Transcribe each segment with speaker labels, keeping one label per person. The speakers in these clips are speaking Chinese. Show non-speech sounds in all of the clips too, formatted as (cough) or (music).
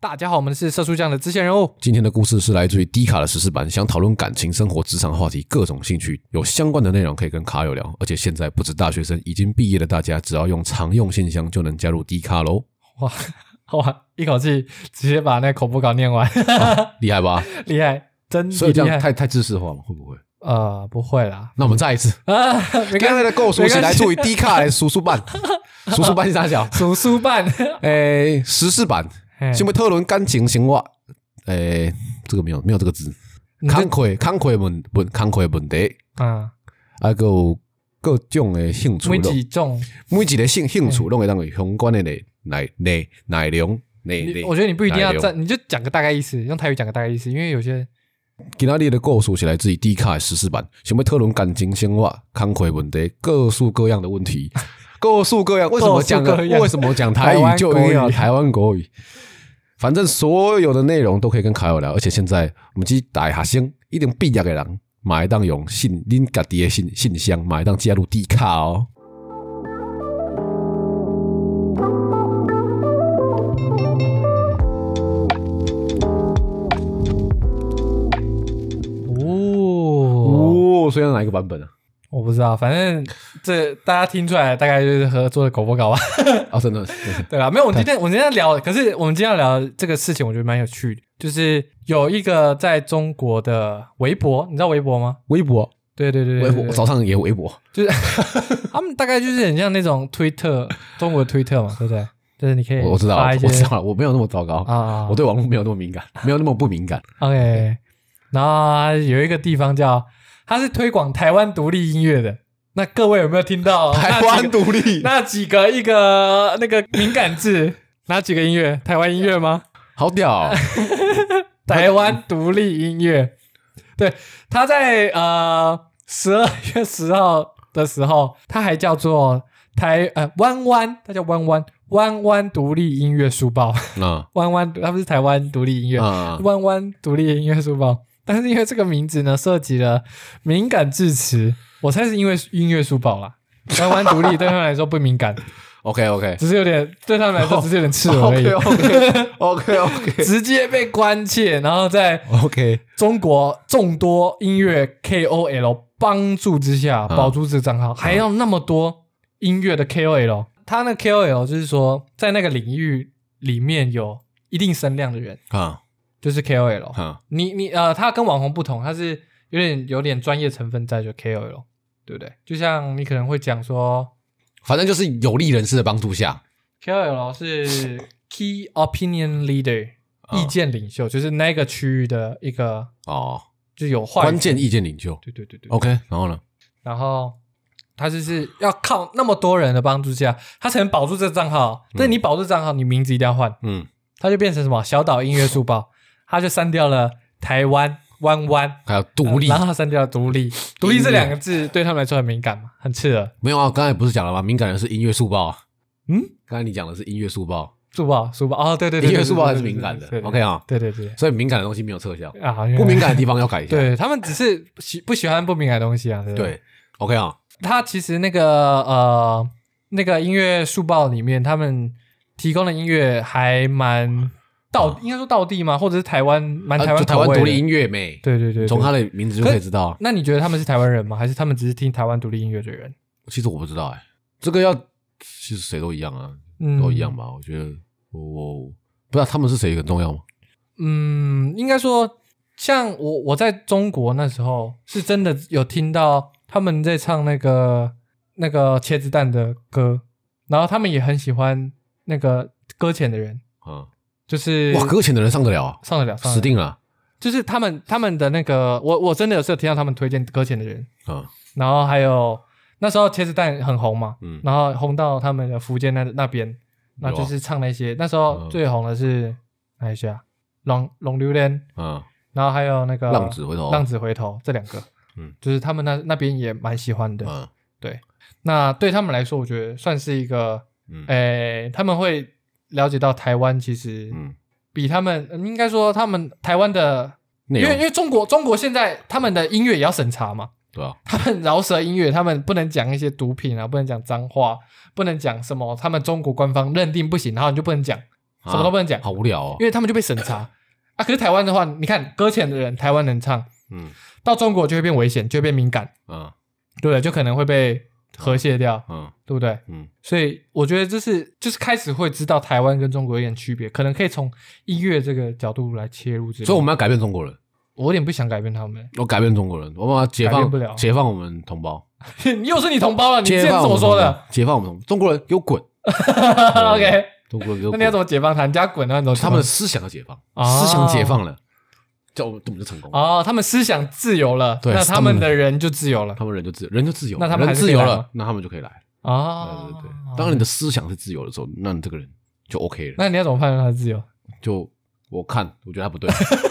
Speaker 1: 大家好，我们是社畜酱的支线人物。
Speaker 2: 今天的故事是来自于低卡的实事版，想讨论感情、生活、职场话题，各种兴趣，有相关的内容可以跟卡友聊。而且现在不止大学生，已经毕业的大家，只要用常用信箱就能加入低卡喽，
Speaker 1: 哇 (laughs) 哇，一口气直接把那口播稿念完， (laughs)
Speaker 2: 厉害吧？
Speaker 1: 厉害，真
Speaker 2: 所以
Speaker 1: 的
Speaker 2: 这
Speaker 1: 厉
Speaker 2: 样
Speaker 1: 害。
Speaker 2: 太太知识化了，会不会？
Speaker 1: 呃，不会啦， (laughs)
Speaker 2: 那我们再一 (laughs) 次，
Speaker 1: 啊，没关
Speaker 2: 刚才
Speaker 1: 系，
Speaker 2: 的构
Speaker 1: 没
Speaker 2: 熟
Speaker 1: 关
Speaker 2: 起
Speaker 1: 系
Speaker 2: 来自于低卡来叔叔办，叔叔办是啥 (laughs) 小？
Speaker 1: 数书办，
Speaker 2: 诶，时事版，
Speaker 1: 嘿
Speaker 2: 新闻特伦感情型话，诶，这个没有没有这个字，
Speaker 1: 你这
Speaker 2: 康亏康亏问问康亏问题，
Speaker 1: 啊，
Speaker 2: 啊有各种的兴趣
Speaker 1: 每
Speaker 2: 咯
Speaker 1: 几种，
Speaker 2: 每一个兴兴趣拢会当有相关的内内内内容内
Speaker 1: 你
Speaker 2: 内。
Speaker 1: 我觉得你不一定要
Speaker 2: 内容
Speaker 1: 站，你就讲个大概意思，用台语讲个大概意思，因为有些
Speaker 2: 今仔日的故事是来自于 D 卡的实事版，想要讨论感情生活、康亏问题，各式各样的问
Speaker 1: (laughs)
Speaker 2: 题，各式各样。为什么讲
Speaker 1: 各式各样
Speaker 2: 为什么讲台
Speaker 1: 台湾
Speaker 2: 语就一定
Speaker 1: 国
Speaker 2: 要
Speaker 1: 语啊
Speaker 2: 台湾国语？反正所有的内容都可以跟卡友聊，而且现在我们这大学生一定毕业的人，买当用信恁家己的信信箱，买当加入 D 卡哦。
Speaker 1: 哦，
Speaker 2: 哦，所以要哪一个版本啊？
Speaker 1: 我不知道，反正这大家听出来大概就是合作的口播稿吧。
Speaker 2: 啊，真的，真的
Speaker 1: 对啦，没有，我们今天我们今天要聊，可是我们今天要聊这个事情，我觉得蛮有趣的，就是有一个在中国的微博，你知道微博吗？
Speaker 2: 微博，
Speaker 1: 对对对对
Speaker 2: 微博
Speaker 1: 对，
Speaker 2: 早上也有微博，
Speaker 1: 就是 (laughs) 他们大概就是很像那种推特，中国的推特嘛，对不对？就是你可以
Speaker 2: 我我知道
Speaker 1: 发
Speaker 2: 了
Speaker 1: 一，些
Speaker 2: 我知道了， (laughs) 我没有那么糟糕，
Speaker 1: 啊啊，
Speaker 2: 我对网络没有那么敏感， (laughs) 没有那么不敏感。
Speaker 1: OK，然后啊有一个地方叫它是推广台湾独立音乐的，那各位有没有听到
Speaker 2: 台
Speaker 1: 哦那几
Speaker 2: 湾
Speaker 1: 个
Speaker 2: 独
Speaker 1: (laughs)
Speaker 2: 立，
Speaker 1: 那几个一个那个敏感字？哪几个音乐？台湾音乐吗？
Speaker 2: 好
Speaker 1: (laughs)
Speaker 2: 屌哦，
Speaker 1: 台湾独立音乐。对，他在呃十二 (laughs) 月十号的时候，他还叫做台呃弯弯，他叫弯弯弯弯独立音乐书 (laughs) 报，
Speaker 2: 啊
Speaker 1: 弯弯他不是台湾独立音乐，
Speaker 2: 啊，
Speaker 1: 弯弯独立音乐书报。但是因为这个名字呢，涉及了敏感字词，我猜是因为音乐书报啦。弯弯独立对他们来说不敏感，
Speaker 2: OK OK
Speaker 1: 只是有点对他们来说只是有点
Speaker 2: (laughs)
Speaker 1: 刺耳而已
Speaker 2: OK。OK OK OK
Speaker 1: 直接被关切，然后在
Speaker 2: OK，
Speaker 1: 中国众多音乐 KOL 帮助之下，
Speaker 2: 嗯
Speaker 1: 保住这个账号，还要那么多音乐的 KOL。他那 KOL 就是说，在那个领域里面有一定声量的人，
Speaker 2: 啊
Speaker 1: 就是 KOL。
Speaker 2: 啊，
Speaker 1: 你你呃，他跟网红不同，他是有点有点专业成分在，就 KOL，对不对？就像你可能会讲说
Speaker 2: 反正就是有利人士的帮助下，
Speaker 1: ，KOL 是 Key Opinion Leader，
Speaker 2: 嗯
Speaker 1: 意见领袖，就是那个区域的一个
Speaker 2: 哦，
Speaker 1: 就有话语
Speaker 2: 关键
Speaker 1: 权
Speaker 2: 意见领袖
Speaker 1: 对对对对。
Speaker 2: OK，然后呢？
Speaker 1: 然后他就是要靠那么多人的帮助下，他才能保住这个账号。但你保住账号，你名字一定要换，
Speaker 2: 嗯，
Speaker 1: 他就变成什么小岛音乐书报，他就删掉了台湾弯弯
Speaker 2: 还有独立
Speaker 1: 呃，然后删掉了独立，独立这两个字对他们来说很敏感嘛，很刺耳。
Speaker 2: 没有啊？刚才不是讲了吗？敏感的是音乐速报啊，
Speaker 1: 嗯，
Speaker 2: 刚才你讲的是音乐速报，
Speaker 1: 书报书报哦，对对对，
Speaker 2: 音
Speaker 1: 对对
Speaker 2: 乐速报还
Speaker 1: 对
Speaker 2: 是
Speaker 1: 对
Speaker 2: 敏感的
Speaker 1: 对对
Speaker 2: OK 啊
Speaker 1: 对对对
Speaker 2: 所以敏感的东西没有撤销，
Speaker 1: 啊，
Speaker 2: 不敏感的地方要改一下。
Speaker 1: 对他们只是喜不喜欢不敏感的东西啊，对不对
Speaker 2: 对，OK 啊，
Speaker 1: 他其实那个呃那个音乐速报里面，他们提供的音乐还蛮道，应该说道地嘛，或者是台湾蛮
Speaker 2: 啊
Speaker 1: 台湾、
Speaker 2: 就台湾独立，音乐没？
Speaker 1: 对对对对
Speaker 2: 从他的名字就可以知道啊。
Speaker 1: 那你觉得他们是台湾人吗？还是他们只是听台湾独立音乐的人？
Speaker 2: 其实我不知道哎、这个要其实谁都一样啊，
Speaker 1: 嗯，
Speaker 2: 都一样。吧。我觉得我我不知道他们是谁很重要吗？
Speaker 1: 嗯，应该说，像我我在中国那时候是真的有听到他们在唱那个那个茄子蛋的歌，然后他们也很喜欢那个搁浅的人，
Speaker 2: 啊、
Speaker 1: 就是
Speaker 2: 哇，搁浅的人上得了啊，
Speaker 1: 上得了，上得
Speaker 2: 死
Speaker 1: 了。
Speaker 2: 定了
Speaker 1: 就是他们他们的那个，我我真的有是有听到他们推荐搁浅的人，
Speaker 2: 啊！
Speaker 1: 然后还有那时候茄子蛋很红嘛，
Speaker 2: 嗯
Speaker 1: 然后红到他们的福建那那边，那就是唱那些那时候
Speaker 2: 嗯
Speaker 1: 最红的是哪一些啊？龙龙榴莲，
Speaker 2: 啊，
Speaker 1: 然后还有那个
Speaker 2: 浪子回头
Speaker 1: 浪子回头这两个，
Speaker 2: 嗯，
Speaker 1: 就是他们那那边也蛮喜欢的。
Speaker 2: 嗯
Speaker 1: 那对他们来说，我觉得算是一个，
Speaker 2: 嗯
Speaker 1: 诶、他们会了解到台湾其实
Speaker 2: 嗯，
Speaker 1: 比他们、嗯应该说他们台湾的
Speaker 2: 内
Speaker 1: 因为因
Speaker 2: 容
Speaker 1: 为中国中国现在他们的音乐也要审查嘛， (laughs)
Speaker 2: 对吧？
Speaker 1: 他们饶舌音乐，他们不能讲一些毒品啊，不能讲脏话，不能讲什么，他们中国官方认定不行，然后你就不能讲，
Speaker 2: 啊
Speaker 1: 什么都不能讲，
Speaker 2: 好无聊哦
Speaker 1: 因。为他们就被审
Speaker 2: (coughs)
Speaker 1: 查啊。可是台湾的话，你看搁浅的人，台湾能唱，
Speaker 2: 嗯
Speaker 1: 到中国就会变危险，就会变敏感，
Speaker 2: 啊
Speaker 1: 对不对？就可能会被和谐掉，
Speaker 2: 嗯
Speaker 1: 对不对？
Speaker 2: 嗯
Speaker 1: 所以我觉得这是就是开始会知道台湾跟中国有点区别，可能可以从音乐这个角度来切入这个。
Speaker 2: 所以我们要改变中国人，
Speaker 1: 我有点不想改变他们， (laughs)
Speaker 2: 我改变中国人，我们要解
Speaker 1: 改变不了
Speaker 2: 放解放我们同胞，
Speaker 1: 你又是你同胞了，你之
Speaker 2: 解
Speaker 1: 前
Speaker 2: 放
Speaker 1: 怎么
Speaker 2: 我们
Speaker 1: 说
Speaker 2: 同
Speaker 1: 的
Speaker 2: 胞？解放我们同中国人给我滚，
Speaker 1: (laughs) ？OK，
Speaker 2: 中国人给我
Speaker 1: 那你要
Speaker 2: 滚，
Speaker 1: 怎么解放他？人家滚啊！你怎么解
Speaker 2: 他
Speaker 1: 放
Speaker 2: 们的思想要解放，
Speaker 1: 啊
Speaker 2: 思想解放了，叫我们我们就成功了，
Speaker 1: 哦，他们思想自由了，
Speaker 2: 对
Speaker 1: 那
Speaker 2: 是
Speaker 1: 他
Speaker 2: 他
Speaker 1: 们
Speaker 2: 们
Speaker 1: 的人就自由了
Speaker 2: 他们人就自人就自由，
Speaker 1: 那他们还
Speaker 2: 人
Speaker 1: 是可以
Speaker 2: 自由
Speaker 1: 来吗
Speaker 2: 了，那他们就可以来。
Speaker 1: 啊！
Speaker 2: 对对对，当你的思想是自由的时候，那你这个人就 OK 了。
Speaker 1: 那你要怎么判断他是自由？
Speaker 2: 就我看，我觉得他不对，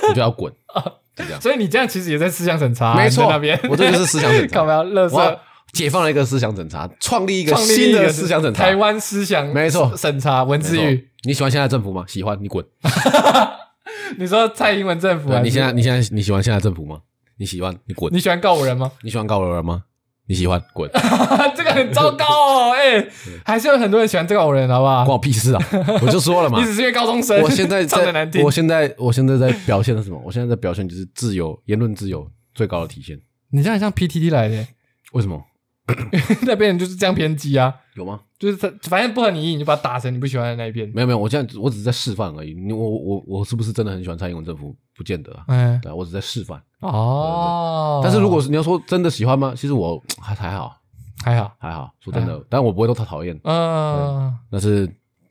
Speaker 2: 我就
Speaker 1: (laughs)
Speaker 2: 要滚，
Speaker 1: 哦
Speaker 2: 就这样。
Speaker 1: 所以你这样其实也在思想审查啊，
Speaker 2: 没错
Speaker 1: 你在那边
Speaker 2: 我这就是思想审
Speaker 1: (laughs)
Speaker 2: 查
Speaker 1: 干嘛要乐
Speaker 2: 我要
Speaker 1: 色？
Speaker 2: 解放了一个思想审查，创立一个
Speaker 1: 啊创立
Speaker 2: 新
Speaker 1: 一
Speaker 2: 的
Speaker 1: 个
Speaker 2: 思想审查。
Speaker 1: 台湾思想
Speaker 2: 没错
Speaker 1: 审查文
Speaker 2: 没
Speaker 1: 字
Speaker 2: 错
Speaker 1: 狱。，
Speaker 2: 你喜欢现在的政府吗？喜欢，你滚。
Speaker 1: 你说蔡英文政府还是？
Speaker 2: 对，你现在你现在你喜欢现在的政府吗？你喜欢，你滚。
Speaker 1: 你喜啊欢告五人吗？ (laughs)
Speaker 2: 你喜欢高楼人吗？你喜欢，滚，
Speaker 1: 这个很糟糕哦，哎、还是有很多人喜欢这个偶人，好不
Speaker 2: 关
Speaker 1: 好？
Speaker 2: 我屁事啊！我就说了嘛
Speaker 1: (laughs) 你，只是因为高中生，
Speaker 2: 我现
Speaker 1: (laughs)
Speaker 2: 在
Speaker 1: 唱的难
Speaker 2: 在，
Speaker 1: 听
Speaker 2: 我。现在我现在在表现的是什么？我现在在表现就是自由，言论自由最高的体现。
Speaker 1: 你这样很像 PTT 来的， (laughs)
Speaker 2: 为什么？
Speaker 1: 那边人就是这样偏激啊，
Speaker 2: 有吗？
Speaker 1: 就是他反正不合你意，你就把他打成你不喜欢的那一边。
Speaker 2: 没有没有，我现在我只是在示范而已。你我我我是不是真的很喜欢蔡英文政府？不见得啊，
Speaker 1: 嗯，
Speaker 2: 对啊，我只是在示范。
Speaker 1: 哦。
Speaker 2: 但是如果是你要说真的喜欢吗？其实我还还好，
Speaker 1: 还好，
Speaker 2: 还好，说真的，但我不会对他讨厌，
Speaker 1: 嗯、
Speaker 2: 但是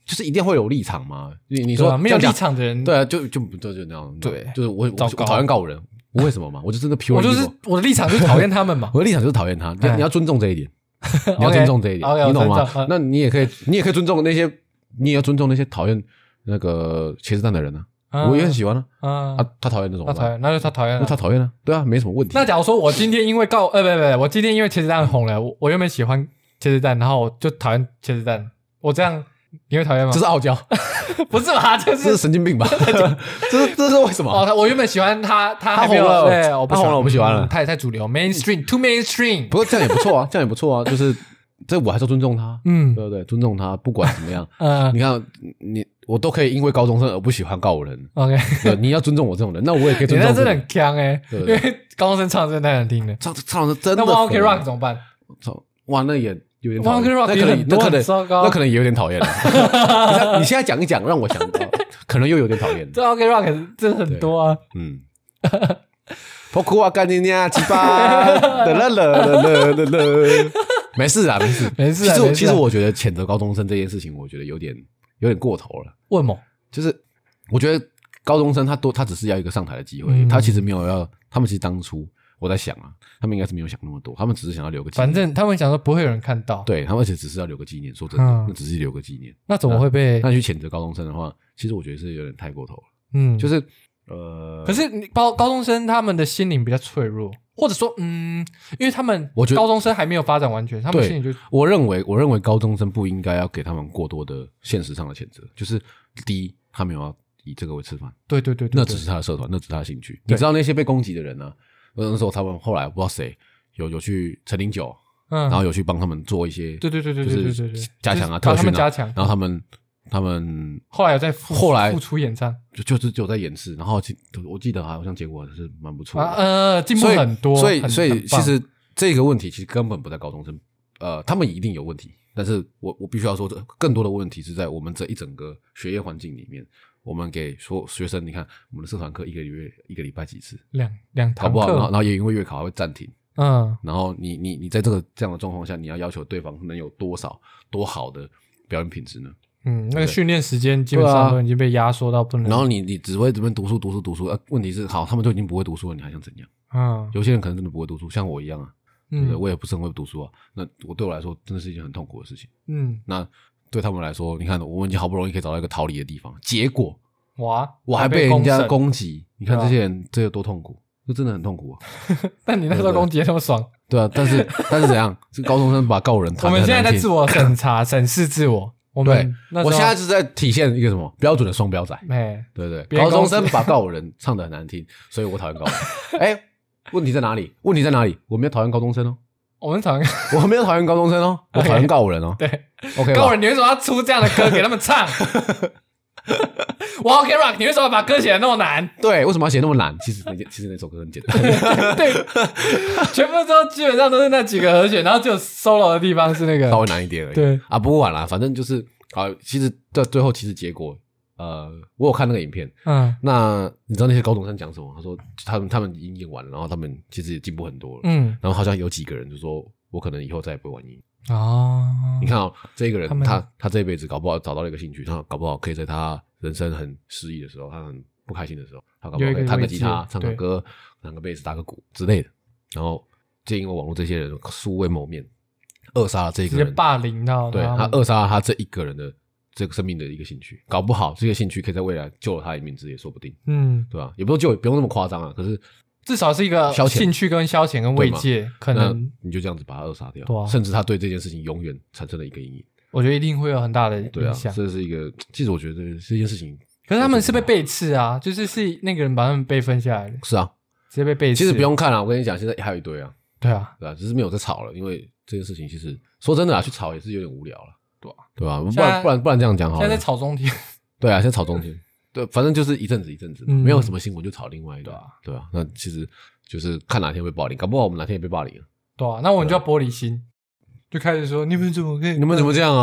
Speaker 2: 就是一定会有立场嘛。你你
Speaker 1: 你
Speaker 2: 说、
Speaker 1: 没有
Speaker 2: 这
Speaker 1: 立
Speaker 2: 样讲，
Speaker 1: 场的人，
Speaker 2: 对啊，就就不就就那样，
Speaker 1: 对
Speaker 2: 就是我我
Speaker 1: 糟
Speaker 2: 我
Speaker 1: 糕
Speaker 2: 讨厌告人，我为什么嘛？我就真的 pure，
Speaker 1: 我就是
Speaker 2: evil
Speaker 1: 我的立场就是讨厌他们嘛。
Speaker 2: 我的立场就是讨厌他，你要
Speaker 1: 哎
Speaker 2: 你要尊重这一点， (laughs) 你要尊重这一
Speaker 1: OK，OK，
Speaker 2: 点，你懂
Speaker 1: 我
Speaker 2: 吗
Speaker 1: 尊重嗯？
Speaker 2: 那你也可以，你也可以尊重那些，你也要尊重那些讨厌那个茄子蛋的人啊。
Speaker 1: 嗯
Speaker 2: 我也很喜欢啊，
Speaker 1: 嗯，
Speaker 2: 啊，他讨厌那种
Speaker 1: 那讨
Speaker 2: 吧，
Speaker 1: 厌，那就他讨厌
Speaker 2: 那
Speaker 1: 了
Speaker 2: 他。讨厌啊，对啊，没什么问题。
Speaker 1: 那假如说我今天因为告，呃，不不不，我今天因为茄子蛋红了，我我原本喜欢茄子蛋，然后我就讨厌茄子蛋，我这样你会讨厌吗
Speaker 2: 这？是傲娇，
Speaker 1: (laughs) 不是吧？就
Speaker 2: 这是
Speaker 1: 是
Speaker 2: 神经病吧？ (laughs) 这是这是为什么？
Speaker 1: 哦，我原本喜欢他，他
Speaker 2: 他
Speaker 1: 还没有
Speaker 2: 红了
Speaker 1: 对，我不
Speaker 2: 他
Speaker 1: 喜欢
Speaker 2: 红了我不喜欢了
Speaker 1: 嗯太太主流，mainstream，too mainstream。
Speaker 2: 不过这样也不错啊，这样也不错啊，就是这我还是要尊重他，
Speaker 1: 嗯
Speaker 2: 对不对？尊重他，不管怎
Speaker 1: (laughs)
Speaker 2: 么样，
Speaker 1: 嗯
Speaker 2: 你看你我都可以因为高中生而不喜欢告我人，
Speaker 1: ，OK，
Speaker 2: 对，你要尊重我这种人，那我也可以
Speaker 1: 欸你
Speaker 2: 尊
Speaker 1: 那
Speaker 2: 重
Speaker 1: 真的
Speaker 2: 这种人。
Speaker 1: 很强哎，
Speaker 2: 对
Speaker 1: 因
Speaker 2: 对对
Speaker 1: 为高中生唱得真的太难听了。
Speaker 2: 唱唱的真
Speaker 1: 那
Speaker 2: 的啊
Speaker 1: One Ok
Speaker 2: 很
Speaker 1: Rock 怎么办？
Speaker 2: 操哇，那也有点
Speaker 1: One
Speaker 2: 讨
Speaker 1: Ok
Speaker 2: 厌
Speaker 1: Rock
Speaker 2: 那
Speaker 1: 也
Speaker 2: 可
Speaker 1: 很
Speaker 2: 能
Speaker 1: 多
Speaker 2: 那可
Speaker 1: 很糟
Speaker 2: 能
Speaker 1: 糕
Speaker 2: 那可能也有点讨厌 (laughs) 了。你看你现在讲一讲，让我想到，可能又有点讨厌了。
Speaker 1: 这 One Ok Rock 真的很多啊，
Speaker 2: 嗯， (laughs) 破裤啊，干你娘鸡巴！啦啦啦啦啦啦，没事啊，没事，
Speaker 1: 没事
Speaker 2: 其
Speaker 1: 啊
Speaker 2: 实
Speaker 1: 没
Speaker 2: 我
Speaker 1: 事啊
Speaker 2: 其实我觉得谴责高中生这件事情，我觉得有点有点过头了。
Speaker 1: 问某
Speaker 2: 就是我觉得高中生他多他只是要一个上台的机会，
Speaker 1: 嗯
Speaker 2: 他其实没有要，他们其实当初我在想啊，他们应该是没有想那么多，他们只是想要留个纪念。
Speaker 1: 反正他们想说不会有人看到，
Speaker 2: 对他们，而且只是要留个纪念。说真的，
Speaker 1: 嗯
Speaker 2: 那只是留个纪念。
Speaker 1: 那怎么会被
Speaker 2: 那你去谴责高中生的话，其实我觉得是有点太过头了。
Speaker 1: 嗯
Speaker 2: 就？是呃，
Speaker 1: 可是你高高中生他们的心灵比较脆弱，或者说，嗯，因为他们
Speaker 2: 我觉得
Speaker 1: 高中生还没有发展完全，他们
Speaker 2: 对
Speaker 1: 心里就
Speaker 2: 我认为，我认为高中生不应该要给他们过多的现实上的谴责。就是第一，他没有要以这个为吃饭，
Speaker 1: 对对对对，
Speaker 2: 那
Speaker 1: 对
Speaker 2: 只是他的社团，那只是他的兴趣。
Speaker 1: 对
Speaker 2: 你知道那些被攻击的人呢、那时候他们后来不知道谁有有去陈零九，
Speaker 1: 嗯，
Speaker 2: 然后有去帮他们做一些，
Speaker 1: 对对对对
Speaker 2: 就
Speaker 1: 对对对对
Speaker 2: 是
Speaker 1: 对，
Speaker 2: 加强啊，
Speaker 1: 就是搞
Speaker 2: 特
Speaker 1: 他
Speaker 2: 训
Speaker 1: 们加
Speaker 2: 啊，
Speaker 1: 强，
Speaker 2: 然后他们他们
Speaker 1: 后来有在复
Speaker 2: 后来
Speaker 1: 复出演唱
Speaker 2: 就就是只有在演示，然后其我记得好像结果还是蛮不错的，
Speaker 1: 啊，呃，进步
Speaker 2: 所以
Speaker 1: 很多，
Speaker 2: 所以
Speaker 1: 很
Speaker 2: 所
Speaker 1: 很
Speaker 2: 以
Speaker 1: 棒
Speaker 2: 其实这个问题其实根本不在高中生，呃，他们一定有问题，但是我我必须要说，这更多的问题是在我们这一整个学业环境里面，我们给所学生，你看我们的社团课一个月一个礼拜几次，
Speaker 1: 两两
Speaker 2: 搞
Speaker 1: 堂
Speaker 2: 不好，然后
Speaker 1: 课
Speaker 2: 然，后也因为月考还会暂停，
Speaker 1: 嗯，
Speaker 2: 然后你你你在这个这样的状况下，你要要求对方能有多少多好的表演品质呢？
Speaker 1: 嗯，那个
Speaker 2: 对啊
Speaker 1: 训练时间基本上都已经被压缩到不能。
Speaker 2: 然后你你只会这边读书读书读书，呃，问题是好，他们都已经不会读书了，你还想怎样？
Speaker 1: 嗯，
Speaker 2: 有些人可能真的不会读书，像我一样啊，对不对？
Speaker 1: 嗯
Speaker 2: 我也不是很会读书啊。那我对我来说，真的是一件很痛苦的事情。
Speaker 1: 嗯，
Speaker 2: 那对他们来说，你看，我们已经好不容易可以找到一个逃离的地方，结果
Speaker 1: 哇，
Speaker 2: 我还
Speaker 1: 被
Speaker 2: 被人家
Speaker 1: 审，
Speaker 2: 攻击。你看
Speaker 1: 对啊
Speaker 2: 这些人，这有多痛苦？这真的很痛苦啊！
Speaker 1: 但你那时候
Speaker 2: 对对
Speaker 1: 攻击得那么爽，
Speaker 2: 对啊，但是但是怎样？这高中生把告人
Speaker 1: (laughs) 我
Speaker 2: 谈得
Speaker 1: 们
Speaker 2: 很
Speaker 1: 现在
Speaker 2: 难
Speaker 1: 在
Speaker 2: 听
Speaker 1: 自。我审
Speaker 2: (laughs)
Speaker 1: 查、审视自我。我
Speaker 2: 对
Speaker 1: 们，那时
Speaker 2: 我
Speaker 1: 候
Speaker 2: 现在是在体现一个什么标准的双标仔，
Speaker 1: 哎，
Speaker 2: 对不
Speaker 1: 别
Speaker 2: 对？
Speaker 1: 人
Speaker 2: 高
Speaker 1: 攻
Speaker 2: 中
Speaker 1: 击
Speaker 2: 生把告人唱的很难听，所以我讨厌高中。哎，问题在哪里？问题在哪里？我没有讨厌高中生哦，
Speaker 1: 我们常
Speaker 2: 我没有讨厌高
Speaker 1: (laughs)
Speaker 2: 中生哦，我讨
Speaker 1: OK。
Speaker 2: (laughs) 厌告人哦
Speaker 1: 对
Speaker 2: OK，吧 (laughs)
Speaker 1: 高人，你为什么要出这样的歌给他们唱？哇，OK Rock，你为什么把歌写的那么难？
Speaker 2: 对，为什么要写那么难？其实那 (laughs) 其实那首歌很简单， (laughs)
Speaker 1: 对，全部都基本上都是那几个和弦，然后只有 solo 的地方是那
Speaker 2: 稍
Speaker 1: 个。
Speaker 2: 微难一点而已。
Speaker 1: 对
Speaker 2: 啊，不管啦，反正就是啊，其实到最后其实结果，呃，我有看那个影片，
Speaker 1: 嗯
Speaker 2: 那你知道那些高中生讲什么？他说他们他们已经演完了，然后他们其实也进步很多了。
Speaker 1: 嗯，
Speaker 2: 然后好像有几个人就说，我可能以后再也不会玩音乐。
Speaker 1: 哦，
Speaker 2: 你看哦，这个人
Speaker 1: 他
Speaker 2: 他
Speaker 1: 们
Speaker 2: 他这辈子搞不好找到了一个兴趣，他搞不好可以在他人生很失意的时候，他很不开心的时候，他搞不
Speaker 1: 有
Speaker 2: 好
Speaker 1: 一
Speaker 2: 可
Speaker 1: 个
Speaker 2: 以弹个
Speaker 1: 慰藉
Speaker 2: 吉他、唱个
Speaker 1: 对
Speaker 2: 歌、弹个贝斯、打个鼓之类的。然后就因为网络这些人素未谋面，扼杀了这
Speaker 1: 直
Speaker 2: 个
Speaker 1: 接
Speaker 2: 人，
Speaker 1: 霸凌到
Speaker 2: 对
Speaker 1: 他
Speaker 2: 他
Speaker 1: 们
Speaker 2: 扼杀了他这一个人的这个生命的一个兴趣。搞不好这个兴趣可以在未来救了他一命之也说不定，
Speaker 1: 嗯，
Speaker 2: 对吧、也不用救，不用那么夸张啊。可是
Speaker 1: 至少是一个
Speaker 2: 消遣
Speaker 1: 兴趣跟消遣跟慰藉，可
Speaker 2: 那
Speaker 1: 能
Speaker 2: 你就这样子把他扼杀掉，
Speaker 1: 对啊
Speaker 2: 甚至他对这件事情永远产生了一个阴影。
Speaker 1: 我觉得一定会有很大的
Speaker 2: 对啊，
Speaker 1: 影响。
Speaker 2: 这是一个，其实我觉得这件事情
Speaker 1: 可是他们是被背刺啊，就是是那个人把他们被分下来的，
Speaker 2: 是啊，
Speaker 1: 直接被背刺。
Speaker 2: 其实不，用看啊，我跟你讲，现在还有一堆啊，
Speaker 1: 对啊，
Speaker 2: 对啊，只是没有在吵了，因为这件事情其实说真的啊，去吵也是有点无聊了，
Speaker 1: 对啊，
Speaker 2: 对吧、
Speaker 1: 现
Speaker 2: 不
Speaker 1: 在
Speaker 2: 然不然不然这样讲好
Speaker 1: 现在
Speaker 2: 了
Speaker 1: 在，吵中天，
Speaker 2: 对啊，现在吵中间，对，反正就是一阵子一阵子，
Speaker 1: 嗯
Speaker 2: 没有什么新闻就吵另外一个，
Speaker 1: 对啊，
Speaker 2: 对啊，那其实就是看哪天被霸凌，搞不好我们哪天也被霸凌了，
Speaker 1: (laughs) 对啊，那我们就要玻璃心，就开始说你们怎么可以，
Speaker 2: 你们怎么这样
Speaker 1: 嗯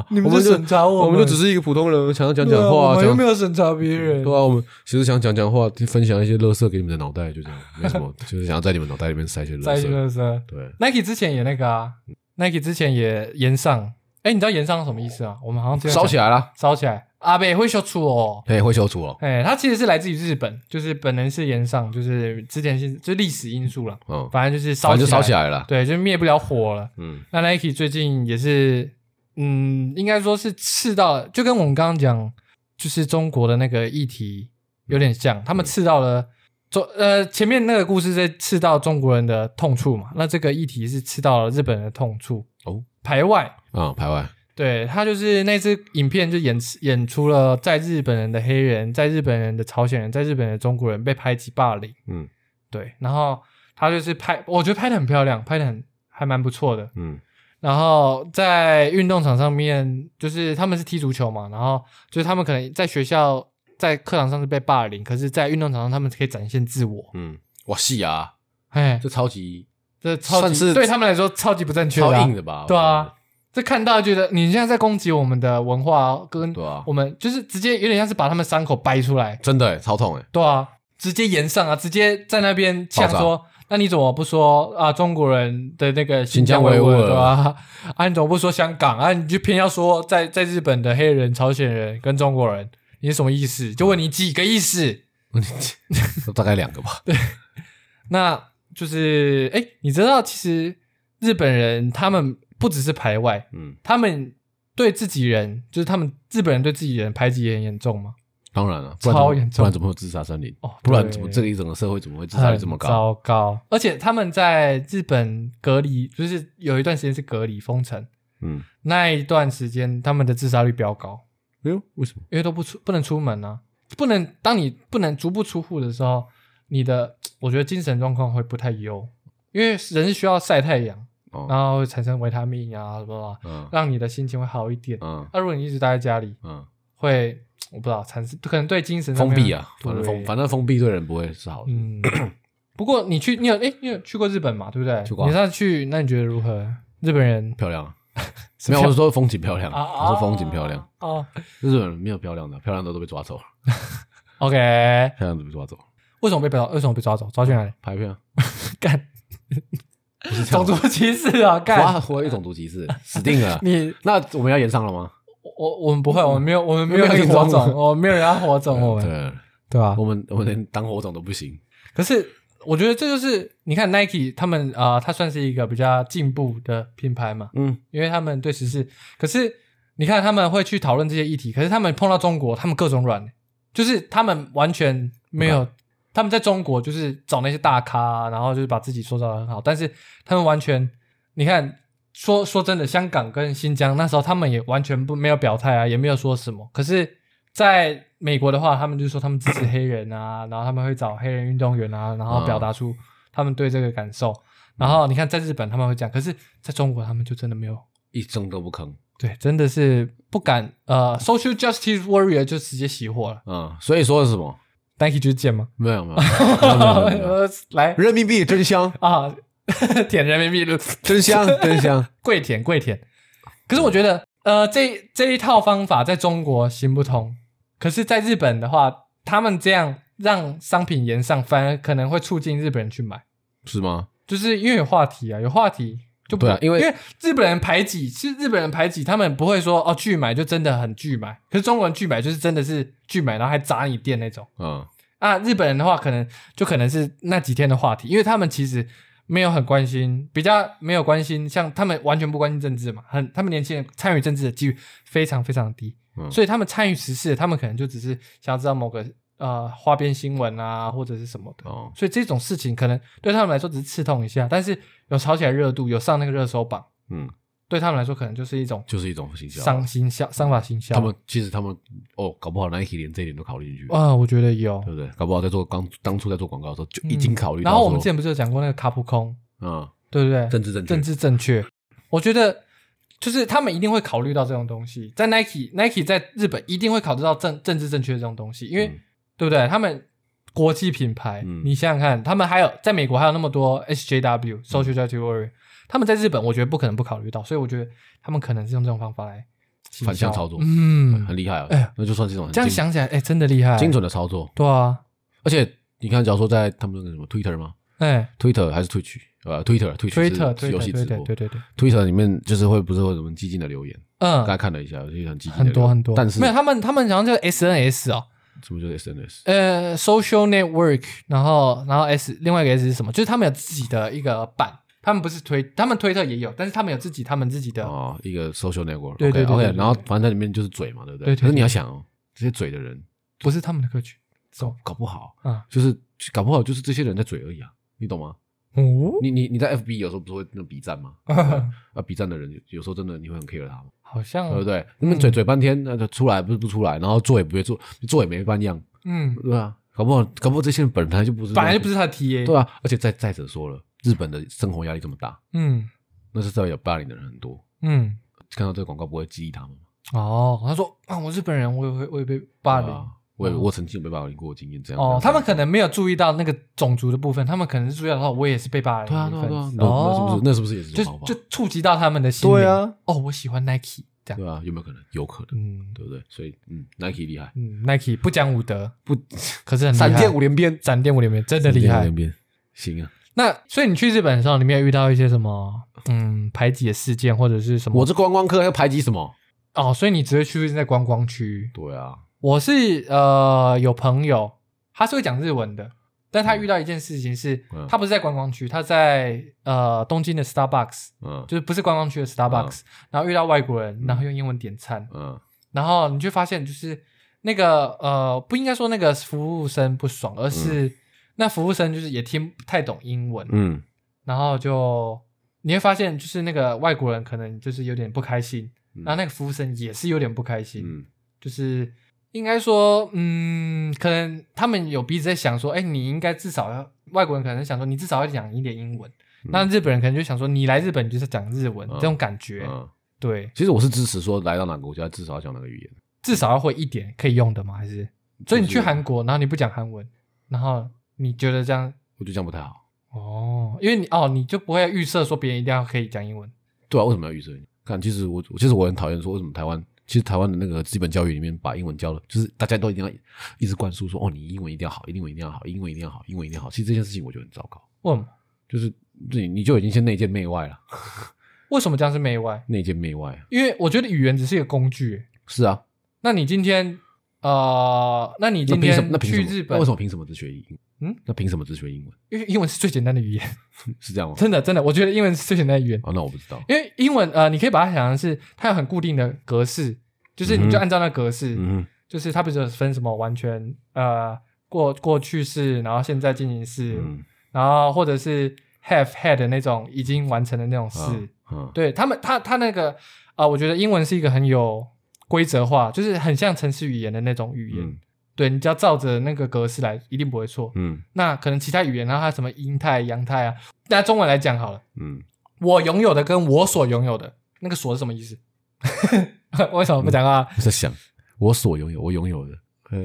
Speaker 2: 啊？
Speaker 1: 你们
Speaker 2: 我
Speaker 1: 在
Speaker 2: 们
Speaker 1: 审查
Speaker 2: 我
Speaker 1: 们
Speaker 2: 们就只是一个普通人，想要讲
Speaker 1: 对
Speaker 2: 讲
Speaker 1: 啊
Speaker 2: 话，
Speaker 1: 我们
Speaker 2: 讲
Speaker 1: 又没有审查别人，
Speaker 2: 对啊，我们其实想讲讲话，分享一些乐色给你们的脑袋，就这样，没什么， (laughs) 就是想要在你们脑袋里面塞一些乐
Speaker 1: 在一
Speaker 2: 色。
Speaker 1: 乐色。
Speaker 2: 对，
Speaker 1: Nike 之前也那个啊，Nike 之前也延上，哎，你知道延上什么意思啊？我们好像之前
Speaker 2: 烧起来了，
Speaker 1: 烧起来，阿北会说出哦。
Speaker 2: 哎，会消除哦，
Speaker 1: 哎，它其实是来自于日本，就是本人是延上，就是之前是就历史因素了，
Speaker 2: 嗯，
Speaker 1: 反正就是烧
Speaker 2: 反正就烧起
Speaker 1: 来，
Speaker 2: 来了，
Speaker 1: 对，就灭不了火了。
Speaker 2: 嗯，
Speaker 1: 那 Nike 最近也是，嗯，应该说是刺到了，就跟我们刚刚讲，就是中国的那个议题有点像，
Speaker 2: 嗯
Speaker 1: 他们刺到了中呃前面那个故事在刺到中国人的痛处嘛，那这个议题是刺到了日本人的痛处
Speaker 2: 哦，
Speaker 1: 排外。
Speaker 2: 啊，排外，
Speaker 1: 对他就是那支影片就演演出了在日本人的黑人、在日本人的朝鲜人、在日本人的中国人被排挤霸凌，
Speaker 2: 嗯
Speaker 1: 对，然后他就是拍，我觉得拍的很漂亮，拍的很还蛮不错的，
Speaker 2: 嗯
Speaker 1: 然后在运动场上面，就是他们是踢足球嘛，然后就是他们可能在学校在课堂上是被霸凌，可是，在运动场上他们可以展现自我，
Speaker 2: 嗯，哇，戏啊，
Speaker 1: 哎，
Speaker 2: 这超级
Speaker 1: 这超
Speaker 2: 算
Speaker 1: 级
Speaker 2: 是
Speaker 1: 对他们来说超级不正确的
Speaker 2: 超
Speaker 1: 啊、
Speaker 2: 硬的吧？
Speaker 1: 对啊，这看到就觉得你现在在攻击我们的文化哦、跟
Speaker 2: 我觉得，对啊
Speaker 1: 我，们就是直接有点像是把他们伤口掰出来，
Speaker 2: 真的欸超痛哎，
Speaker 1: 对啊，直接延上啊，直接在那边呛
Speaker 2: 爆炸
Speaker 1: 说，那你怎么不说啊中国人的那个
Speaker 2: 新
Speaker 1: 疆
Speaker 2: 疆
Speaker 1: 维
Speaker 2: 维
Speaker 1: 吾
Speaker 2: 吾
Speaker 1: 尔
Speaker 2: 尔
Speaker 1: 对吧？ (laughs) 啊，你怎么不说香港啊？你就偏要说在在日本的黑人、朝鲜人跟中国人，你是什么意思？就问你几个意思？
Speaker 2: 大概两
Speaker 1: (laughs)
Speaker 2: 个吧，
Speaker 1: 那就是哎，你知道其实日本人他们不只是排外，
Speaker 2: 嗯，
Speaker 1: 他们对自己人，就是他们日本人对自己人排挤也很严重吗？
Speaker 2: 当然了，不然怎么
Speaker 1: 超严重
Speaker 2: 不然怎么会有自杀森林？
Speaker 1: 哦，
Speaker 2: 不然
Speaker 1: 对
Speaker 2: 怎么这个一整个社会怎么会自杀率
Speaker 1: 很
Speaker 2: 这么高？
Speaker 1: 糟糕，而且他们在日本隔离，就是有一段时间是隔离封城，
Speaker 2: 嗯，
Speaker 1: 那一段时间他们的自杀率飙高，
Speaker 2: 哎呦，为什么？
Speaker 1: 因为都不出不能出门啊，不能当你不能足不出户的时候，你的我觉得精神状况会不太优，因为人是需要晒太阳，然
Speaker 2: 哦，
Speaker 1: 后会产生维他命啊什么的，
Speaker 2: 嗯
Speaker 1: 让你的心情会好一点。
Speaker 2: 嗯
Speaker 1: 那、如果你一直待在家里，
Speaker 2: 嗯，
Speaker 1: 会我不知道产生可能对精神上
Speaker 2: 封
Speaker 1: 面
Speaker 2: 闭啊，
Speaker 1: 对
Speaker 2: 反正封反正封闭对人不会是好的。
Speaker 1: 嗯，不过你去，你有哎、你有去过日本嘛？对不对？
Speaker 2: 去过啊
Speaker 1: 你上次去，那你觉得如何？日本人
Speaker 2: 漂亮啊，
Speaker 1: 是
Speaker 2: 没有，
Speaker 1: 漂
Speaker 2: 我 (laughs) 是说风景漂亮，
Speaker 1: 啊啊
Speaker 2: 我说风景漂亮。
Speaker 1: 哦。
Speaker 2: 日本人没有漂亮的，漂亮的都被抓走了，
Speaker 1: OK，
Speaker 2: 漂亮的被抓走了，
Speaker 1: 为什么被抓？为什么被抓走？抓去哪里？ (laughs)
Speaker 2: 拍片啊，
Speaker 1: 干，
Speaker 2: 不是这
Speaker 1: 种
Speaker 2: 样
Speaker 1: 族歧视啊！
Speaker 2: 哇，
Speaker 1: 干，。
Speaker 2: 活一种族歧 (laughs) 视，死定了
Speaker 1: 你
Speaker 2: 那我们要延上了吗？
Speaker 1: 我我们不会，我们没有，我们没有
Speaker 2: 没有
Speaker 1: 那个
Speaker 2: 人
Speaker 1: 火
Speaker 2: 抓
Speaker 1: 种，
Speaker 2: 我们
Speaker 1: 我们没有人要火种我们，
Speaker 2: (laughs) 哦对，啊
Speaker 1: 对吧
Speaker 2: 我？们我们连当火种都不行。
Speaker 1: 可是我觉得这就是你看 Nike 他们啊，它算是一个比较进步的品牌嘛，
Speaker 2: 嗯，
Speaker 1: 因为他们对时事，可是你看他们会去讨论这些议题，可是他们碰到中国，他们各种软，欸就是他们完全没有，他们在中国就是找那些大咖啊、然后就是把自己塑造的很好，但是他们完全，你看说说真的，香港跟新疆那时候他们也完全不没有表态啊，也没有说什么，可是。在美国的话，他们就说他们支持黑人啊，然后他们会找黑人运动员啊，然后表达出他们对这个感受。然后你看，在日本他们会讲，可是在中国他们就真的没有
Speaker 2: 一声都不吭，
Speaker 1: 对，真的是不敢呃，social justice warrior 就直接熄火了。
Speaker 2: 嗯，所以说是什么？
Speaker 1: Nike 就是贱吗？
Speaker 2: 没有没有，没 (laughs) 有没有没有没有
Speaker 1: 来
Speaker 2: 人民币真香，
Speaker 1: (laughs) 啊， (laughs) 舔人民币的
Speaker 2: 真 (laughs) 香，真香。
Speaker 1: 跪舔跪舔。可是我觉得，呃，这这一套方法在中国行不通，可是在日本的话，他们这样让商品延上，反而可能会促进日本人去买，
Speaker 2: 是吗？
Speaker 1: 就是因为有话题啊，有话题就不
Speaker 2: 对啊因为
Speaker 1: 因为日本人排挤，其实日本人排挤，他们不会说哦拒买就真的很拒买，可是中国人拒买就是真的是拒买，然后还砸你店那种。
Speaker 2: 嗯，
Speaker 1: 啊，日本人的话，可能就可能是那几天的话题，因为他们其实没有很关心，比较没有关心，像他们完全不关心政治嘛，很他们年轻人参与政治的几率非常非常低，
Speaker 2: 嗯
Speaker 1: 所以他们参与时事，他们可能就只是想要知道某个呃花边新闻啊，或者是什么的，
Speaker 2: 哦，
Speaker 1: 所以这种事情可能对他们来说只是刺痛一下，但是有炒起来热度，有上那个热搜榜，
Speaker 2: 嗯，
Speaker 1: 对他们来说可能就是一种
Speaker 2: 就是一种行销。啊
Speaker 1: 伤心销、伤法行销。
Speaker 2: 他们其实他们哦，搞不好 Nike 连这一点都考虑进去，
Speaker 1: 啊，我觉得有
Speaker 2: 对。不对？搞不好在做刚当初在做广告的时候就已经考虑
Speaker 1: 嗯
Speaker 2: 到
Speaker 1: 然
Speaker 2: 说。
Speaker 1: 后我们之前不是有讲过那个卡普空，
Speaker 2: 嗯，
Speaker 1: 对不对？
Speaker 2: 政治正确
Speaker 1: 政，治正确。我觉得就是他们一定会考虑到这种东西，在 Nike Nike 在日本一定会考虑到政政治正确这种东西，因为、
Speaker 2: 嗯
Speaker 1: 对不对？他们国际品牌，
Speaker 2: 嗯
Speaker 1: 你想想看，他们还有在美国还有那么多 SJW Social Justice Warrior，、他们在日本我觉得不可能不考虑到，所以我觉得他们可能是用这种方法来行销
Speaker 2: 反向操作
Speaker 1: 嗯，
Speaker 2: 很厉害啊
Speaker 1: 哎呀。
Speaker 2: 那就算是一种很
Speaker 1: 这样
Speaker 2: 精
Speaker 1: 想起来，哎、真的厉害，
Speaker 2: 精准的操作，
Speaker 1: 对啊，
Speaker 2: 而且你看，假如说在他们那个什么 Twitter 吗
Speaker 1: 哎、
Speaker 2: ？Twitter 还是 Twitch？呃
Speaker 1: 推特
Speaker 2: ，Twitter，Twitch
Speaker 1: 推
Speaker 2: 是
Speaker 1: 特
Speaker 2: 游戏
Speaker 1: 推
Speaker 2: 直
Speaker 1: 特
Speaker 2: 播
Speaker 1: 对对对，
Speaker 2: ，Twitter 里面就是会不是会有什么激进的留言？
Speaker 1: 嗯
Speaker 2: 大，家看了一下，有些很激进的留言，
Speaker 1: 很多很多，
Speaker 2: 但是
Speaker 1: 没有他们他们好像叫 SNS 哦，
Speaker 2: 什么就是 SNS？
Speaker 1: 呃，social network，然后然后 S 另外一个 S 是什么？就是他们有自己的一个版，他们不是推，他们推特也有，但是他们有自己他们自己的，
Speaker 2: 哦，一个 social network，
Speaker 1: 啊对对对对
Speaker 2: o k OK，
Speaker 1: 对
Speaker 2: 然后反正在里面就是嘴嘛，对不
Speaker 1: 对对
Speaker 2: 对？
Speaker 1: 对
Speaker 2: 可是你要想哦，这些嘴的人
Speaker 1: 不是他们的歌曲，是吗？
Speaker 2: 搞不好
Speaker 1: 啊，
Speaker 2: 就是搞不好就是这些人在嘴而已啊，你懂吗？
Speaker 1: 哦，
Speaker 2: 你你你在 FB 有时候不是会那种比战吗？啊，比战的人有时候真的你会很 care 他吗？
Speaker 1: (laughs) 好像
Speaker 2: 对不？对？那么嘴
Speaker 1: 嗯
Speaker 2: 嘴半天，那就出来不是不出来，然后做也不会做，做也没半样，
Speaker 1: 嗯，
Speaker 2: 对啊，搞不好搞不好这些人本来就不是，
Speaker 1: 本来就不是，他的 TA，
Speaker 2: 对啊，而且再再者说了，日本的生活压力这么大，
Speaker 1: 嗯
Speaker 2: 那是代表霸凌的人很多，
Speaker 1: 嗯，
Speaker 2: 看到这个广告不会激励他们吗？
Speaker 1: 哦，他说啊，我日本人，我也会我也被霸凌
Speaker 2: 对。啊我也
Speaker 1: 哦
Speaker 2: 我曾经有被霸凌过的经验，这样
Speaker 1: 哦，
Speaker 2: 这
Speaker 1: 他
Speaker 2: 样
Speaker 1: 们可能没有注意到那个种族的部分，他们可能是注意到哦我也是被霸凌
Speaker 2: 对啊
Speaker 1: 的
Speaker 2: 对
Speaker 1: 一
Speaker 2: 啊
Speaker 1: 份
Speaker 2: 对啊，
Speaker 1: 子。
Speaker 2: 那那是不
Speaker 1: 哦
Speaker 2: 是，那是不是也是一种方
Speaker 1: 就
Speaker 2: 法？
Speaker 1: 就触及到他们的心灵？
Speaker 2: 对啊，
Speaker 1: 哦，我喜欢 Nike 这样。
Speaker 2: 对啊，有没有可能？有可能，
Speaker 1: 嗯
Speaker 2: 对不对？所以嗯，Nike 厉害，
Speaker 1: 嗯，Nike 不讲武德，
Speaker 2: 不
Speaker 1: 可是很厉害
Speaker 2: 闪电五连鞭，
Speaker 1: 闪电五连鞭真的
Speaker 2: 闪
Speaker 1: 厉
Speaker 2: 电五
Speaker 1: 害
Speaker 2: 连。鞭，行啊。
Speaker 1: 那所以你去日本的时候，你没有遇到一些什么嗯排挤的事件或者是什么？
Speaker 2: 嗯我这观光客要排挤什么？
Speaker 1: 哦，所以你只会去在观光区。
Speaker 2: 对啊，
Speaker 1: 我是呃有朋友，他是会讲日文的，但他遇到一件事情是，
Speaker 2: 嗯
Speaker 1: 他不是在观光区，他在呃东京的 Starbucks，
Speaker 2: 嗯
Speaker 1: 就是不是观光区的 Starbucks，、然后遇到外国人，然后用英文点餐，
Speaker 2: 嗯
Speaker 1: 然后你就发现，就是那个呃，不应该说那个服务生不爽，
Speaker 2: 嗯
Speaker 1: 而是、那服务生就是也听不太懂英文，
Speaker 2: 嗯
Speaker 1: 然后就你会发现，就是那个外国人可能就是有点不开心，
Speaker 2: 嗯
Speaker 1: 然后那个服务生也是有点不开心，
Speaker 2: 嗯
Speaker 1: 就是应该说，嗯，可能他们有彼此在想说，哎，你应该至少要外国人可能想说，你至少要讲一点英文。那日本人可能就想说，你来日本就是讲日文、
Speaker 2: 嗯
Speaker 1: 这种感觉，
Speaker 2: 嗯，
Speaker 1: 对，
Speaker 2: 其实我是支持说来到哪个国家至少要讲哪个语言，
Speaker 1: 至少要会一点可以用的吗？还是所以你去韩国，然后你不讲韩文，然后你觉得这样
Speaker 2: 我觉得这样不太好。
Speaker 1: 哦，因为你哦，你就不会预设说别人一定要可以讲英文
Speaker 2: 对啊，为什么要预设？看，其实我我其实我很讨厌说为什么台湾，其实台湾的那个基本教育里面把英文教了，就是大家都一定要一直灌输说哦，你英文一定要好，英文一定要好，英文一定要好，英文一定要好。其实这件事情我觉得很糟糕，
Speaker 1: 为什么？
Speaker 2: 就是你你就已经先内奸内外了，
Speaker 1: 为什么这样是媚外？
Speaker 2: 内奸内外
Speaker 1: 因为我觉得语言只是一个工具。
Speaker 2: 是啊。
Speaker 1: 那你今天呃，那你
Speaker 2: 那
Speaker 1: 今
Speaker 2: 凭什
Speaker 1: 天
Speaker 2: 么？那凭
Speaker 1: 去
Speaker 2: 什么
Speaker 1: 日
Speaker 2: 那
Speaker 1: 本
Speaker 2: 为什，么凭什么只学英？
Speaker 1: 嗯
Speaker 2: 嗯，那凭什么只学英文？
Speaker 1: 因为英文是最简单的语言， (laughs)
Speaker 2: 是这样吗？
Speaker 1: 真的真的，我觉得英文是最简单的语言，
Speaker 2: 哦，那我
Speaker 1: (laughs)
Speaker 2: 不知道。
Speaker 1: 因为英文呃，你可以把它想成是它有很固定的格式，就是你就
Speaker 2: 嗯哼
Speaker 1: 按照那格式，
Speaker 2: 嗯哼，
Speaker 1: 就是它不是有分什么完全呃过过去式，然后现在进行式，
Speaker 2: 嗯，
Speaker 1: 然后或者是 have had 的那种已经完成的那种事。
Speaker 2: 嗯，
Speaker 1: 对他们，他他那个啊、呃我觉得英文是一个很有规则化，就是很像城市语言的那种语言。
Speaker 2: 嗯
Speaker 1: 对你只要照着那个格式来，一定不会错。
Speaker 2: 嗯
Speaker 1: 那可能其他语言，然后它什么英泰、洋泰啊，拿中文来讲好了，
Speaker 2: 嗯，
Speaker 1: 我拥有的跟我所拥有的那个“所”是什么意思？ (laughs) 为什么不讲啊？
Speaker 2: 我在想我所拥有，我拥有的，呃，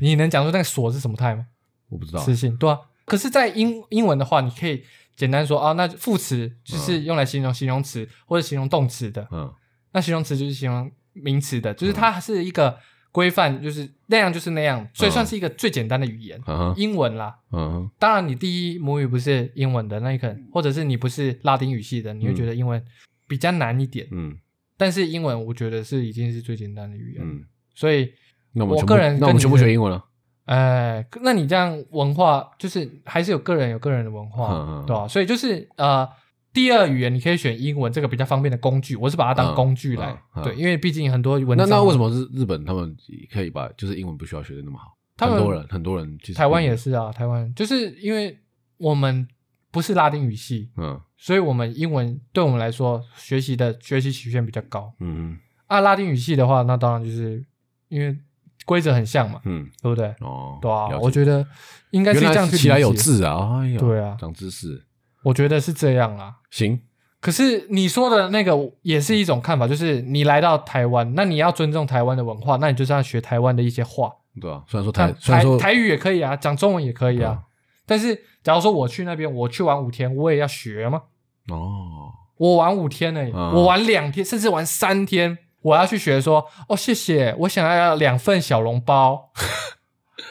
Speaker 1: 你能讲出那个锁是什么态吗？
Speaker 2: 我不知道，
Speaker 1: 词性对啊。可是，在英英文的话，你可以简单说啊，那副词就是用来形容形容词或者形容动词的，
Speaker 2: 嗯
Speaker 1: 那形容词就是形容名词的，就是它是一个规范，就是那样就是那样，所以算是一个最简单的语言，
Speaker 2: 嗯哼
Speaker 1: 英文啦。
Speaker 2: 嗯哼，
Speaker 1: 当然，你第一母语不是英文的，那你可能或者是你不是拉丁语系的，你会觉得英文比较难一点。
Speaker 2: 嗯
Speaker 1: 但是英文，我觉得是已经是最简单的语言，
Speaker 2: 嗯，
Speaker 1: 所以
Speaker 2: 那我
Speaker 1: 我
Speaker 2: 们全部
Speaker 1: 个人跟
Speaker 2: 那我们
Speaker 1: 你
Speaker 2: 全部
Speaker 1: 是
Speaker 2: 学英文了，
Speaker 1: 哎，那你这样文化就是还是有个人有个人的文化，
Speaker 2: 嗯嗯
Speaker 1: 对吧、所以就是呃，第二语言你可以选英文这个比较方便的工具，我是把它当工具来，
Speaker 2: 嗯嗯嗯
Speaker 1: 对，因为毕竟很多文
Speaker 2: 那
Speaker 1: 章，
Speaker 2: 那为什
Speaker 1: 么
Speaker 2: 么日日本他们可以把就是英文不需要学的那么好？
Speaker 1: 他们
Speaker 2: 很多人很多人其实
Speaker 1: 台湾
Speaker 2: 并
Speaker 1: 也是啊？台湾就是因为我们不是拉丁语系，
Speaker 2: 嗯
Speaker 1: 所以我们英文对我们来说学习的学习曲线比较高。
Speaker 2: 嗯
Speaker 1: 啊，拉丁语系的话，那当然就是因为规则很像嘛，
Speaker 2: 嗯
Speaker 1: 对不对？
Speaker 2: 哦，
Speaker 1: 对啊，
Speaker 2: 了
Speaker 1: 我
Speaker 2: 解
Speaker 1: 觉得应该是这
Speaker 2: 原
Speaker 1: 样
Speaker 2: 来
Speaker 1: 去
Speaker 2: 其来
Speaker 1: 理
Speaker 2: 有
Speaker 1: 解，
Speaker 2: 志啊，哎呦，
Speaker 1: 对啊
Speaker 2: 长知识，
Speaker 1: 我觉得是这样啦。
Speaker 2: 行，
Speaker 1: 可是你说的那个也是一种看法，就是你来到台湾，那你要尊重台湾的文化，那你就是要学台湾的一些话，
Speaker 2: 对啊，虽然说台
Speaker 1: 台
Speaker 2: 虽然
Speaker 1: 台
Speaker 2: 说
Speaker 1: 台语也可以啊，讲中文也可以
Speaker 2: 对
Speaker 1: 啊
Speaker 2: 啊。
Speaker 1: 但是假如说我去那边，我去玩五天，我也要学嘛。
Speaker 2: 哦，
Speaker 1: 我玩五天呢、
Speaker 2: 嗯
Speaker 1: 我玩两天，甚至玩三天，我要去学说哦，谢谢，我想要两份小笼
Speaker 2: (laughs)
Speaker 1: 包，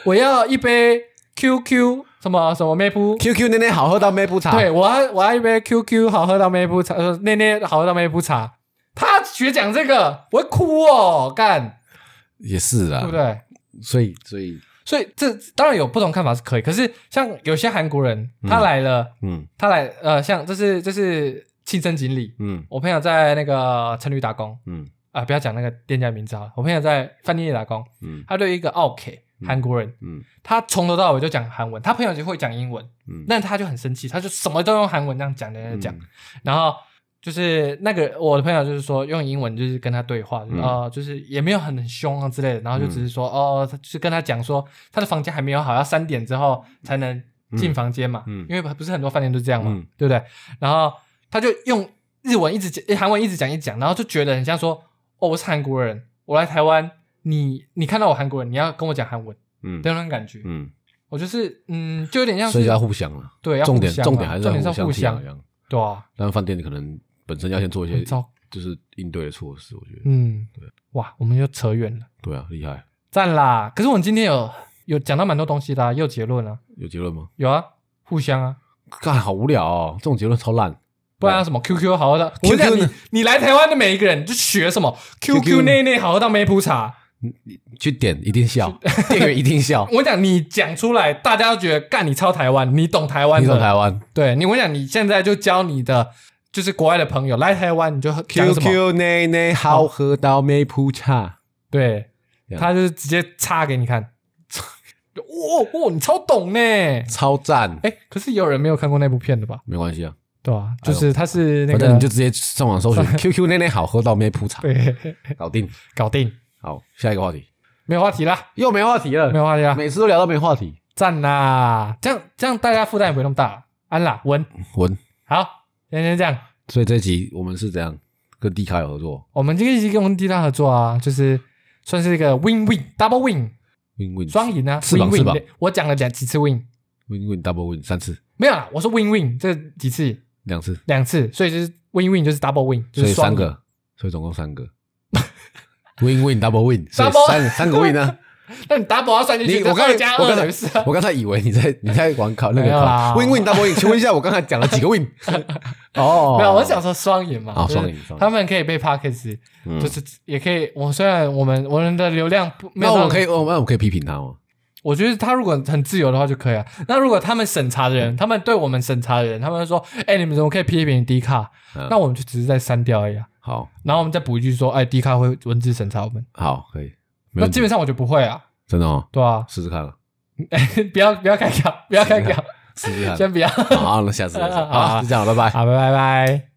Speaker 1: 我要一杯 QQ 什么什么咩噗
Speaker 2: QQ 奶奶好喝到妹不茶
Speaker 1: 对，我要我要一杯 QQ 好喝到妹夫茶，呃，那那好喝到妹夫茶。他学讲这个，我会哭哦，干，
Speaker 2: 也是啊，
Speaker 1: 对不对？
Speaker 2: 所以所以
Speaker 1: 所以这当然有不同看法是可以，可是像有些韩国人，他来了，
Speaker 2: 嗯
Speaker 1: 他来呃，像这是这是亲身经历。
Speaker 2: 嗯
Speaker 1: 我朋友在那个成旅打工
Speaker 2: 嗯
Speaker 1: 啊、不要讲那个店家名字好了。我朋友在饭店业打工，
Speaker 2: 嗯
Speaker 1: 他对一个 OK 韩国人，
Speaker 2: 嗯
Speaker 1: 他从头到尾就讲韩文，他朋友就会讲英文，
Speaker 2: 嗯，
Speaker 1: 但他就很生气，他就什么都用韩文这样讲讲讲讲。
Speaker 2: 嗯
Speaker 1: 然后就是那个我的朋友就是说用英文就是跟他对话，就是
Speaker 2: 嗯
Speaker 1: 呃，就是也没有很凶啊之类的，然后就只是说、哦，他就是跟他讲说他的房间还没有好，要三点之后才能进房间嘛，
Speaker 2: 嗯嗯
Speaker 1: 因为不是很多饭店都这样嘛，
Speaker 2: 嗯
Speaker 1: 对不对？然后他就用日文一直讲，韩文一直讲一直讲，然后就觉得很像说哦，我是韩国人，我来台湾，你你看到我韩国人，你要跟我讲韩文
Speaker 2: 嗯
Speaker 1: 的那种感觉，
Speaker 2: 嗯，
Speaker 1: 我就是嗯，就有点像
Speaker 2: 所以
Speaker 1: 是
Speaker 2: 要互相了，
Speaker 1: 对，要
Speaker 2: 重点
Speaker 1: 互相
Speaker 2: 重
Speaker 1: 嘛
Speaker 2: 点还是
Speaker 1: 重点
Speaker 2: 要
Speaker 1: 是要互
Speaker 2: 互相
Speaker 1: 相
Speaker 2: 体，谅。
Speaker 1: 对啊，
Speaker 2: 但饭店你可能本身要先做一
Speaker 1: 很
Speaker 2: 些
Speaker 1: 糟
Speaker 2: 就是应对的措施，我觉得，
Speaker 1: 嗯，哇，我们又扯远了，
Speaker 2: 对啊，厉害，
Speaker 1: 赞啦！可是我们今天有有讲到蛮多东西的、啊，也有结论啊，
Speaker 2: 有结论吗？
Speaker 1: 有啊，互相啊，
Speaker 2: 干好无聊哦，这种结论超烂，
Speaker 1: 不然、什么 QQ 好喝到，我
Speaker 2: QQ
Speaker 1: 跟你讲
Speaker 2: 呢
Speaker 1: 你你来台湾的每一个人你就学什么 QQ 内内好喝到没普茶，
Speaker 2: 去点一
Speaker 1: (laughs)
Speaker 2: 定笑，店员一定笑，
Speaker 1: 我跟你讲你讲出来，大家都觉得干你超台湾，你懂台湾
Speaker 2: 你
Speaker 1: 的，
Speaker 2: 走台湾
Speaker 1: 对你我跟你讲你现在就教你的就是国外的朋友来台湾你就喝 (laughs) 讲什么
Speaker 2: ，QQ 内内好喝到没铺茶，
Speaker 1: 对，
Speaker 2: 这样
Speaker 1: 他就是直接插给你看， (laughs) 哦哦，你超懂呢。
Speaker 2: 超赞，
Speaker 1: 哎，可是也有人没有看过那部片的吧？
Speaker 2: 没关系啊，
Speaker 1: 对啊，就是他是那
Speaker 2: 反
Speaker 1: 个，
Speaker 2: 正你就直接上网搜寻 QQ 内内好喝到没铺茶，
Speaker 1: (laughs) 对，
Speaker 2: 搞定。
Speaker 1: 搞定，
Speaker 2: 好，下一个话题
Speaker 1: 没有话题啦，
Speaker 2: 又没话题了
Speaker 1: 没，有话题啦，
Speaker 2: 每次都聊嗯到没话题。
Speaker 1: 赞啦！这样这样大家负担也不会那么大啦，安啦，文
Speaker 2: 文，
Speaker 1: 好，今天就这样，
Speaker 2: 所以这集我们是怎样跟 D 卡有合作
Speaker 1: 我们这个一直跟我们滴答合作啊，就是算是一个 win win double win
Speaker 2: ？Win Win
Speaker 1: 双赢啊
Speaker 2: 翅膀
Speaker 1: ，win
Speaker 2: 翅膀
Speaker 1: win，我讲了两几次 win，
Speaker 2: Win Win Double Win 三次
Speaker 1: 没有啦，我说 win win 这几次
Speaker 2: 两次，
Speaker 1: 两次，所以就是 win win 就是 double win，就
Speaker 2: 所以
Speaker 1: 是双
Speaker 2: 三
Speaker 1: 赢
Speaker 2: 个，所以总共三个。Win Win Double Win，所
Speaker 1: (laughs)
Speaker 2: 以
Speaker 1: Double-
Speaker 2: 三三个 Win
Speaker 1: (laughs)
Speaker 2: 呢？
Speaker 1: 那你 double 要算进去，
Speaker 2: 你我刚
Speaker 1: 才
Speaker 2: 才
Speaker 1: 加
Speaker 2: 我
Speaker 1: 二
Speaker 2: 刚
Speaker 1: 等于
Speaker 2: 才
Speaker 1: 四啊
Speaker 2: 我刚才以为你在你在玩考那
Speaker 1: 没
Speaker 2: 个
Speaker 1: 有啦
Speaker 2: 考 Win Win Double Win，请问一下我刚才讲了几个
Speaker 1: (laughs)
Speaker 2: Win？哦，
Speaker 1: 没有，我想说双赢嘛，
Speaker 2: 哦
Speaker 1: 就是
Speaker 2: 双赢双赢
Speaker 1: 他们可以被 Parkes，
Speaker 2: 嗯
Speaker 1: 就是也可以。我虽然我们我们的流量不，没
Speaker 2: 那
Speaker 1: 有
Speaker 2: 我
Speaker 1: 到
Speaker 2: 可以，哦我那我可以批评他吗？
Speaker 1: 我觉得他如果很自由的话就可以啊。那如果他们审查的人，他们对我们审查的人，他们说，哎，你们怎么可以批评迪卡
Speaker 2: 嗯？
Speaker 1: 那我们就只是在删掉而已啊。
Speaker 2: 好，
Speaker 1: 然后我们再补一句说，哎，迪卡会文字审查我们。
Speaker 2: 好，可以，没
Speaker 1: 那
Speaker 2: 问题
Speaker 1: 基本上我就不会啊，
Speaker 2: 真的哦，
Speaker 1: 对啊，
Speaker 2: 试试看了，
Speaker 1: (laughs) 不要不要开搞，不要开搞，
Speaker 2: 试试看。
Speaker 1: 先不要。好，
Speaker 2: 好，那下次再
Speaker 1: (laughs)
Speaker 2: 说。
Speaker 1: 好
Speaker 2: 好，就这样，拜拜。
Speaker 1: 拜拜拜。